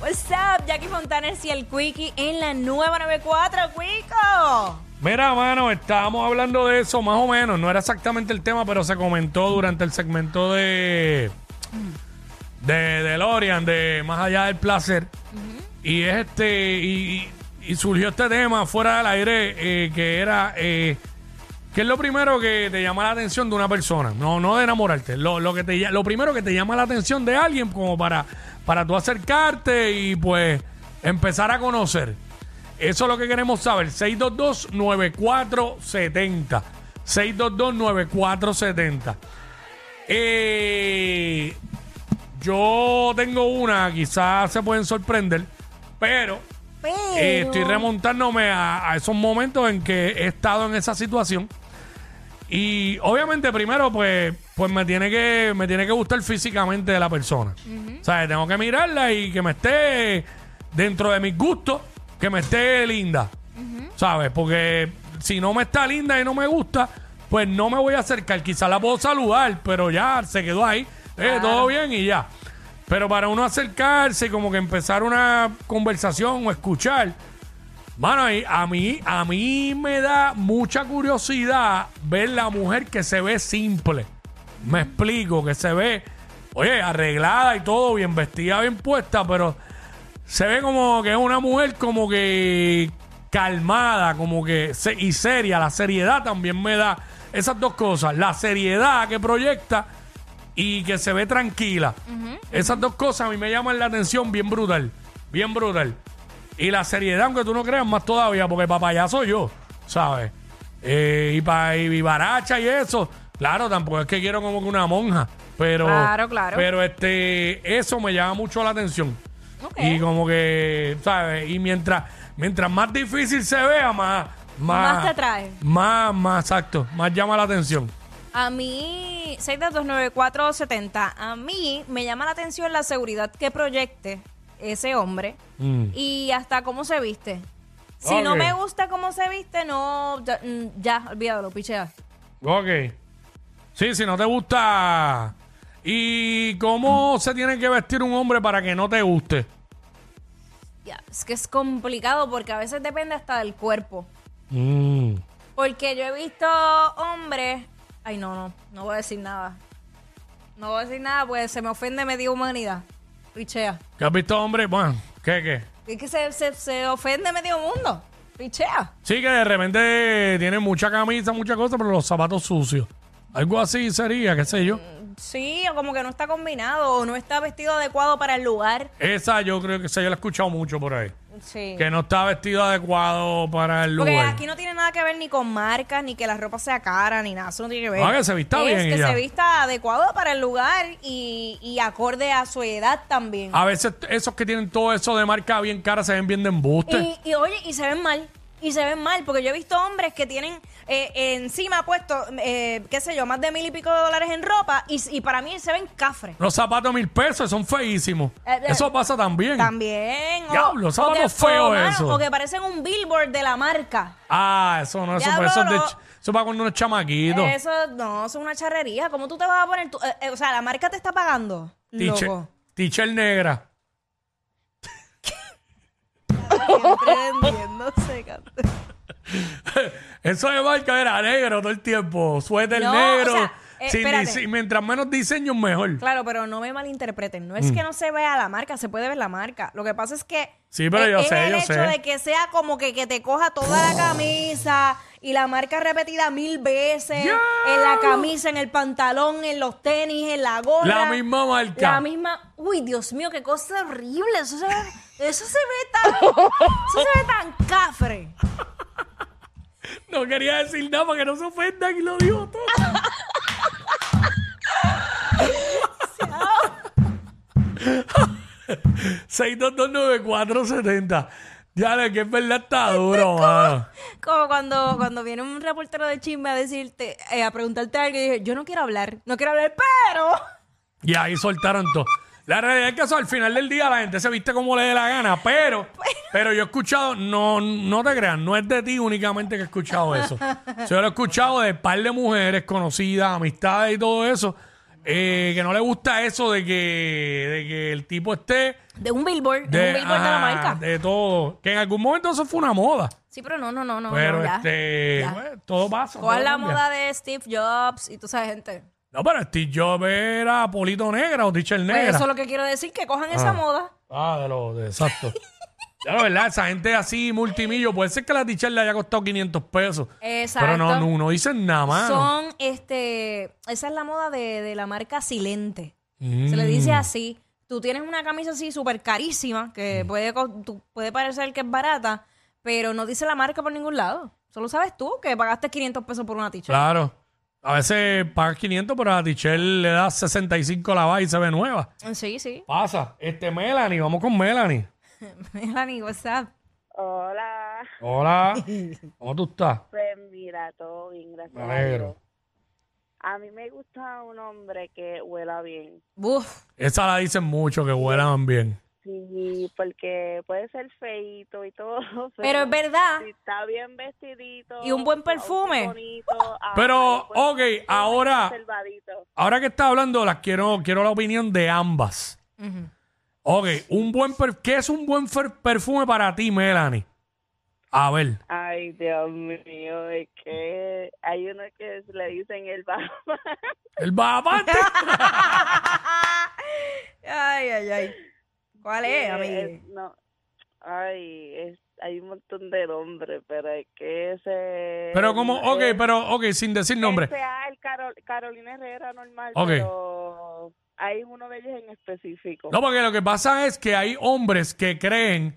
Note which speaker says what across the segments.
Speaker 1: What's up, Jackie Fontanes y el Quickie en la nueva 94, Quico.
Speaker 2: Mira, mano, estábamos hablando de eso más o menos. No era exactamente el tema, pero se comentó durante el segmento de. de DeLorean, de Más Allá del Placer. Y es este. Y, y- y surgió este tema fuera del aire, eh, que era. eh, ¿Qué es lo primero que te llama la atención de una persona? No, no de enamorarte. Lo, lo que te, ll- lo primero que te llama la atención de alguien como para, para tú acercarte y pues empezar a conocer. Eso es lo que queremos saber. 622-9470. 622-9470. Eh, yo tengo una, quizás se pueden sorprender, pero
Speaker 1: Pero...
Speaker 2: eh, estoy remontándome a, a esos momentos en que he estado en esa situación. Y obviamente primero pues pues me tiene que me tiene que gustar físicamente de la persona. O sea, tengo que mirarla y que me esté dentro de mis gustos, que me esté linda. ¿Sabes? Porque si no me está linda y no me gusta, pues no me voy a acercar. Quizás la puedo saludar, pero ya se quedó ahí. Eh, todo bien y ya. Pero para uno acercarse, como que empezar una conversación o escuchar, Mano, y a mí, a mí me da mucha curiosidad ver la mujer que se ve simple. Me explico, que se ve, oye, arreglada y todo, bien vestida, bien puesta, pero se ve como que es una mujer como que calmada, como que se- y seria. La seriedad también me da esas dos cosas. La seriedad que proyecta y que se ve tranquila. Esas dos cosas a mí me llaman la atención bien brutal, bien brutal. Y la seriedad, aunque tú no creas más todavía, porque papaya soy yo, ¿sabes? Eh, y, pa, y vivaracha y eso. Claro, tampoco es que quiero como que una monja, pero...
Speaker 1: Claro, claro.
Speaker 2: Pero este, eso me llama mucho la atención.
Speaker 1: Ok.
Speaker 2: Y como que, ¿sabes? Y mientras, mientras más difícil se vea, más, más.
Speaker 1: Más te atrae.
Speaker 2: Más, más, exacto. Más llama la atención.
Speaker 1: A mí, 6229470, a mí me llama la atención la seguridad que proyecte ese hombre
Speaker 2: Mm.
Speaker 1: y hasta cómo se viste. Si
Speaker 2: Ok.
Speaker 1: no me gusta cómo se viste, no, ya, mm, ya, olvídalo, pichea.
Speaker 2: Ok. Sí, si no te gusta. ¿Y cómo se tiene que vestir un hombre para que no te guste?
Speaker 1: Ya, es que es complicado porque a veces depende hasta del cuerpo.
Speaker 2: Mm.
Speaker 1: Porque yo he visto hombres. Ay, no, no, no voy a decir nada. No voy a decir nada, pues se me ofende media humanidad. Pichea.
Speaker 2: ¿Qué has visto, hombre? Bueno, ¿qué, qué?
Speaker 1: Es que se, se, se ofende medio mundo. Pichea.
Speaker 2: Sí, que de repente tiene mucha camisa, mucha cosa, pero los zapatos sucios. Algo así sería, qué sé yo.
Speaker 1: Mm. Sí, o como que no está combinado, o no está vestido adecuado para el lugar.
Speaker 2: Esa yo creo que esa yo la he escuchado mucho por ahí.
Speaker 1: Sí.
Speaker 2: Que no está vestido adecuado para el
Speaker 1: Porque
Speaker 2: lugar.
Speaker 1: aquí no tiene nada que ver ni con marcas, ni que la ropa sea cara, ni nada. Eso no tiene que ver.
Speaker 2: Ah, que se vista
Speaker 1: es
Speaker 2: bien y
Speaker 1: que
Speaker 2: ya.
Speaker 1: se vista adecuado para el lugar y, y acorde a su edad también.
Speaker 2: A veces esos que tienen todo eso de marca bien cara se ven bien de embuste.
Speaker 1: Y, y, oye, y se ven mal. Y se ven mal, porque yo he visto hombres que tienen eh, eh, encima puesto, eh, qué sé yo, más de mil y pico de dólares en ropa y, y para mí se ven cafres.
Speaker 2: Los zapatos mil pesos son feísimos.
Speaker 1: Eh, eh,
Speaker 2: eso pasa también.
Speaker 1: También. o-
Speaker 2: Mm. Diablo, eso
Speaker 1: o
Speaker 2: está
Speaker 1: que-
Speaker 2: más feo
Speaker 1: o, mano,
Speaker 2: eso.
Speaker 1: O que parecen un billboard de la marca.
Speaker 2: Ah, eso no, eso,
Speaker 1: Diablo,
Speaker 2: eso es de
Speaker 1: no.
Speaker 2: ch- eso para cuando uno es chamaquito.
Speaker 1: Eso, no, eso es una charrería. ¿Cómo tú te vas a poner? tú- eh, eh, o sea, la marca te está pagando.
Speaker 2: Teacher,
Speaker 1: Loco.
Speaker 2: teacher negra.
Speaker 1: Siempre vendiéndose, canto.
Speaker 2: Eso de marca era negro todo el tiempo. Suéter
Speaker 1: No,
Speaker 2: negro.
Speaker 1: o sea, eh,
Speaker 2: sin
Speaker 1: espérate.
Speaker 2: dise- mientras menos diseños, mejor.
Speaker 1: Claro, pero no me malinterpreten. No es
Speaker 2: Mm.
Speaker 1: que no se vea la marca, se puede ver la marca. Lo que pasa es que.
Speaker 2: Sí, pero yo
Speaker 1: es
Speaker 2: sé,
Speaker 1: el
Speaker 2: yo
Speaker 1: hecho
Speaker 2: sé.
Speaker 1: de que sea como que, que te coja toda la camisa y la marca repetida mil veces en la camisa, en el pantalón, en los tenis, en la gorra.
Speaker 2: La misma marca.
Speaker 1: La misma. Uy, Dios mío, qué cosa horrible. Eso se ve, eso se ve tan. eso se ve tan cafre.
Speaker 2: No quería decir nada para que no se ofendan y lo digo todo. 6229470. Ya le que es verdad está duro, mano.
Speaker 1: Como cuando, cuando viene un reportero de chisme a decirte, eh, a preguntarte algo y dije, yo no quiero hablar, no quiero hablar, pero
Speaker 2: Y ahí soltaron todo. La realidad es que eso, al final del día la gente se viste como le dé la gana, pero, pero yo he escuchado, no, no te creas, no es de ti únicamente que he escuchado eso. Yo lo he escuchado de par de mujeres conocidas, amistades y todo eso, eh, que no le gusta eso de que, de que el tipo esté
Speaker 1: de un billboard, de,
Speaker 2: de,
Speaker 1: un billboard de la
Speaker 2: ajá,
Speaker 1: marca.
Speaker 2: de todo. Que en algún momento eso fue una moda.
Speaker 1: Sí, pero no, no, no, no.
Speaker 2: pero
Speaker 1: no, ya.
Speaker 2: este,
Speaker 1: ya.
Speaker 2: bueno, todo pasa.
Speaker 1: ¿Cuál es
Speaker 2: todo
Speaker 1: la
Speaker 2: cambia.
Speaker 1: moda de Steve Jobs y tú sabes, gente?
Speaker 2: No, pero Steve Jobs era Polito Negra o Teacher
Speaker 1: Pues
Speaker 2: Negra.
Speaker 1: eso es lo que quiero decir, que cojan esa moda.
Speaker 2: Ah, de los de- exacto. ya la verdad, esa gente así, multimillo, puede ser que la teacher le haya costado 500 pesos.
Speaker 1: Exacto.
Speaker 2: Pero no, no, no dicen nada más.
Speaker 1: Son, este, esa es la moda de, de la marca Silente.
Speaker 2: Mm.
Speaker 1: Se le dice así. Tú tienes una camisa así súper carísima,
Speaker 2: Mm.
Speaker 1: que puede, co- tú- puede parecer que es barata, pero no dice la marca por ningún lado. Solo sabes tú que pagaste 500 pesos por una t-shirt.
Speaker 2: Claro. A veces pagas 500, pero a la teacher le da 65 la va y se ve nueva.
Speaker 1: Sí, sí.
Speaker 2: Pasa. Este, Melanie, vamos con Melanie.
Speaker 1: Melanie, what's up?
Speaker 3: Hola,
Speaker 2: Hola. ¿Cómo tú estás?
Speaker 3: pues mira, todo bien, gracias.
Speaker 2: Me
Speaker 3: a
Speaker 2: alegro.
Speaker 3: Dios. A mí me gusta un hombre que huela bien.
Speaker 1: Buf.
Speaker 2: Esa la dicen mucho, que huelan bien.
Speaker 3: Sí, porque puede ser feito y todo.
Speaker 1: Pero es verdad.
Speaker 3: si está bien vestidito.
Speaker 1: Y un buen
Speaker 3: su outfit
Speaker 1: perfume.
Speaker 3: bonito, ah,
Speaker 2: Pero,
Speaker 3: pues,
Speaker 2: ok,
Speaker 3: bien
Speaker 2: ahora-
Speaker 3: conservadito.
Speaker 2: Ahora que está hablando, las quiero, quiero la opinión de ambas.
Speaker 1: Ujú.
Speaker 2: Ok, un buen per- ¿qué es un buen fer- perfume para ti, Melanie? A ver.
Speaker 3: Ay, Dios mío, es que hay uno que le dicen el Bahama.
Speaker 2: El babante.
Speaker 1: Ay, ay, ay. ¿Cuál es,
Speaker 3: Eh,
Speaker 1: amigo?
Speaker 3: Es- no. Ay, es- hay un montón de nombres, pero es que ese...
Speaker 2: pero como, ok,
Speaker 3: es-
Speaker 2: pero, ok, sin decir nombre.
Speaker 3: Este, ah, el Carol- Carolina Herrera normal,
Speaker 2: Ok.
Speaker 3: pero hay uno de ellos en específico.
Speaker 2: No, porque lo que pasa es que hay hombres que creen,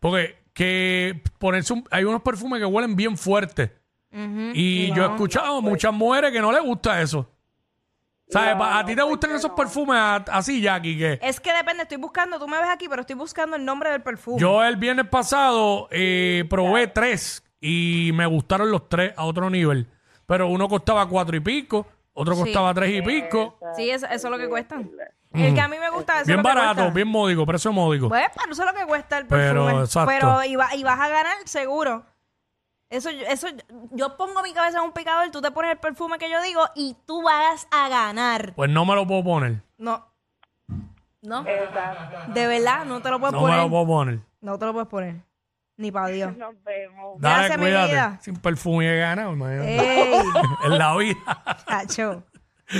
Speaker 2: porque que ponerse un- hay unos perfumes que huelen bien fuerte.
Speaker 3: Mm,
Speaker 1: Ujú.
Speaker 2: Y yo he escuchado muchas
Speaker 3: pues.
Speaker 2: mujeres que no les gusta eso. ¿Sabes?
Speaker 3: No,
Speaker 2: Pa- ¿A
Speaker 3: no,
Speaker 2: ti te
Speaker 3: pues
Speaker 2: gustan
Speaker 3: yo
Speaker 2: esos
Speaker 3: no.
Speaker 2: perfumes a- así, Jackie? Que
Speaker 1: Es que depende, estoy buscando, tú me ves aquí, pero estoy buscando el nombre del perfume.
Speaker 2: Yo el viernes pasado eh, probé tres y me gustaron los tres a otro nivel. Pero uno costaba cuatro y pico, otro
Speaker 1: Sí.
Speaker 2: costaba tres y pico.
Speaker 1: Sí, eso, eso es lo que cuesta. El que a mí me gusta, eso es
Speaker 2: Bien
Speaker 1: lo que
Speaker 2: barato,
Speaker 1: cuesta.
Speaker 2: bien módico, precio módico.
Speaker 1: Pues, pero eso es lo que cuesta el
Speaker 2: Pero,
Speaker 1: perfume.
Speaker 2: exacto.
Speaker 1: Pero, y, va- y vas a ganar seguro. Eso, eso, yo pongo mi cabeza en un picador, tú te pones el perfume que yo digo y tú vas a ganar.
Speaker 2: Pues no me lo puedo poner.
Speaker 1: No. No.
Speaker 3: Eh,
Speaker 1: De verdad, no te lo puedes
Speaker 2: No me
Speaker 1: poner.
Speaker 2: lo puedo poner.
Speaker 1: No te lo puedes poner. Ni para Dios.
Speaker 3: Nos vemos.
Speaker 2: Dale,
Speaker 1: Gracias, mi
Speaker 2: cuídate.
Speaker 1: vida.
Speaker 2: Sin perfume he ganado,
Speaker 1: ¡Ey!
Speaker 2: imagínate. en la vida.
Speaker 1: Cacho.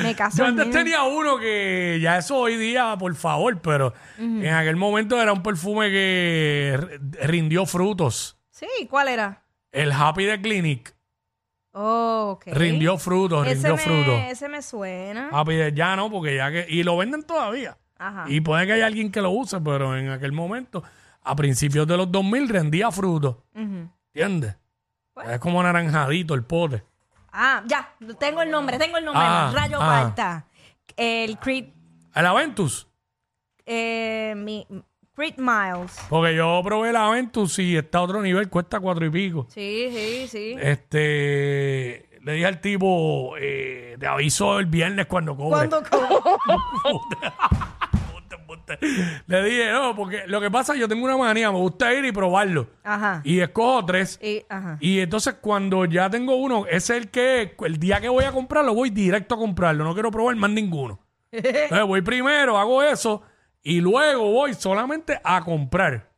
Speaker 1: Me casó.
Speaker 2: Yo antes tenía uno que ya eso hoy día, por favor, pero
Speaker 1: Mm.
Speaker 2: en aquel momento era un perfume que r- rindió frutos.
Speaker 1: Sí, ¿cuál era?
Speaker 2: El Happy de Clinic
Speaker 1: Oh, ok.
Speaker 2: rindió frutos,
Speaker 1: ese
Speaker 2: rindió
Speaker 1: me,
Speaker 2: frutos.
Speaker 1: Ese me suena.
Speaker 2: Happy de ya no, porque ya que. Y lo venden todavía.
Speaker 1: Ajá.
Speaker 2: Y puede que haya alguien que lo use, pero en aquel momento, a principios de los 2000, rendía frutos.
Speaker 1: Ujú.
Speaker 2: ¿Entiendes? Es como naranjadito el pote.
Speaker 1: Ah, ya, tengo el nombre, tengo el nombre.
Speaker 2: Ah,
Speaker 1: Rayo
Speaker 2: ah.
Speaker 1: Balta. El Creed,
Speaker 2: El Aventus.
Speaker 1: eh, mi- Creed Miles.
Speaker 2: Porque yo probé el Aventus y está a otro nivel, cuesta cuatro y pico.
Speaker 1: Sí, sí, sí.
Speaker 2: Eh, Este. Le dije al tipo, eh, te aviso el viernes cuando cobre.
Speaker 1: Cuando co-
Speaker 2: Ponte, ponte. Le dije, no, porque lo que pasa es que yo tengo una manía, me gusta ir y probarlo.
Speaker 1: Ajá.
Speaker 2: Y escojo tres.
Speaker 1: Y, ajá.
Speaker 2: Y entonces cuando ya tengo uno, ese es el que el día que voy a comprarlo, voy directo a comprarlo. No quiero probar más ninguno. Entonces voy primero, hago eso y luego voy solamente a comprar.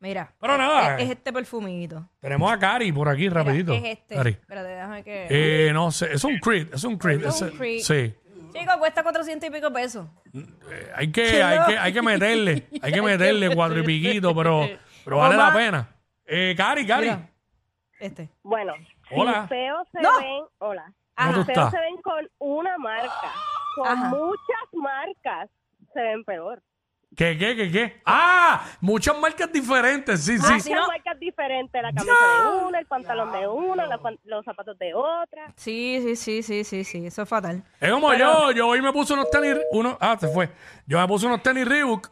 Speaker 1: Mira.
Speaker 2: Pero nada.
Speaker 1: Es, es este perfumito.
Speaker 2: Tenemos a Cari por aquí, rapidito.
Speaker 1: Es este.
Speaker 2: Cari.
Speaker 1: Espérate, déjame que.
Speaker 2: Eh, no sé, es un creed, es un creed.
Speaker 1: Es un
Speaker 2: ese-
Speaker 1: Creed.
Speaker 2: Sí.
Speaker 1: Chico, cuesta 400 y pico pesos.
Speaker 2: Eh, hay, que, hay, que, hay que meterle, hay que meterle cuatro y piquito, pero, pero vale la
Speaker 1: Omar.
Speaker 2: pena. Eh, Cari, Cari.
Speaker 1: Mira. Este.
Speaker 4: Bueno,
Speaker 2: Hola.
Speaker 4: si feos se
Speaker 1: No.
Speaker 4: ven, hola,
Speaker 2: ¿Cómo
Speaker 1: Ajá.
Speaker 2: tú
Speaker 4: si feos
Speaker 2: estás?
Speaker 4: se ven con una marca, con
Speaker 1: Ajá.
Speaker 4: muchas marcas se ven peor.
Speaker 2: ¿Qué, qué, qué, qué? ¡Ah! Muchas marcas diferentes, sí, sí.
Speaker 1: Ah, sí.
Speaker 4: Muchas
Speaker 1: no-
Speaker 4: marcas diferentes, la camisa de una, el pantalón de una, la pan- los zapatos de otra.
Speaker 1: Sí, sí, sí, sí, sí, sí. Eso es fatal.
Speaker 2: Es como yo, yo hoy me puse unos tenis, uno, ah, se fue. Yo me puse unos tenis Reebok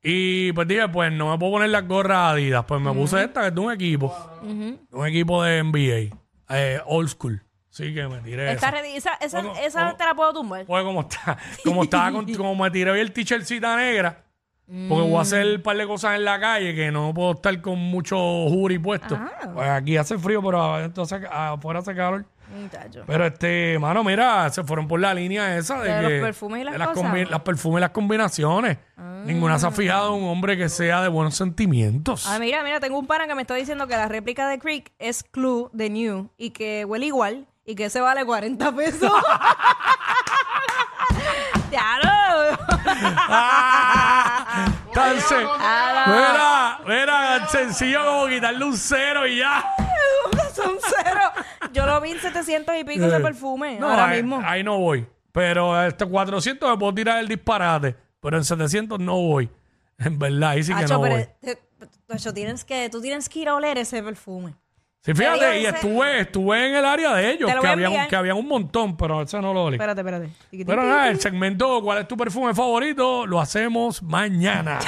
Speaker 2: y pues dije, pues no me puedo poner las gorras Adidas, pues me puse esta que es de un equipo, un equipo de NBA, eh, old school. Sí que me tiré
Speaker 1: Está
Speaker 2: esa.
Speaker 1: ready. Esa, esa,
Speaker 2: Bueno,
Speaker 1: esa
Speaker 2: bueno.
Speaker 1: te la puedo tumbar.
Speaker 2: Pues como está, como estaba con- como me tiré hoy el t-shirtcita negra, porque voy a hacer un par de cosas en la calle que no puedo estar con mucho jury puesto.
Speaker 1: Ah.
Speaker 2: Pues aquí hace frío, pero entonces afuera hace calor.
Speaker 1: Muchacho.
Speaker 2: Pero este, mano, mira, se fueron por la línea esa de,
Speaker 1: De los
Speaker 2: que
Speaker 1: perfumes y las
Speaker 2: de las,
Speaker 1: cosas.
Speaker 2: combi- las perfumes y las combinaciones. Ninguna se ha fijado en un hombre que sea de buenos sentimientos.
Speaker 1: Ah, mira, mira, tengo un pana que me está diciendo que la réplica de Creek es Clue de New y que huele igual y que se vale 40 pesos. ¡Claro!
Speaker 2: ¡Ah! Tan sen-
Speaker 1: Ah,
Speaker 2: Mira, mira, tan sencillo como quitarle un cero y ya.
Speaker 1: Son cero. Yo lo vi en 700 y pico ese perfume
Speaker 2: Eh. No,
Speaker 1: ahora
Speaker 2: ahí,
Speaker 1: mismo.
Speaker 2: ahí no voy. Pero este 400 me puedo tirar el disparate. Pero en 700 no voy. En verdad, ahí sí que
Speaker 1: Hacho,
Speaker 2: no
Speaker 1: pero
Speaker 2: voy.
Speaker 1: te- Hacho, tienes que, tú tienes que ir a oler ese perfume.
Speaker 2: Sí, fíjate,
Speaker 1: digo,
Speaker 2: y
Speaker 1: ese-
Speaker 2: estuve, estuve en el área de ellos,
Speaker 1: Te lo
Speaker 2: que
Speaker 1: voy a
Speaker 2: habían,
Speaker 1: enviar.
Speaker 2: que habían un montón, pero ese no lo olí.
Speaker 1: Espérate, espérate. Tiquitín.
Speaker 2: Pero nada, el segmento ¿Cuál es tu perfume favorito? Lo hacemos mañana.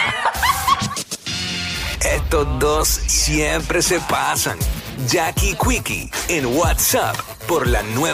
Speaker 5: Estos dos siempre se pasan. Jackie Quickie en WhatsApp por la nueva.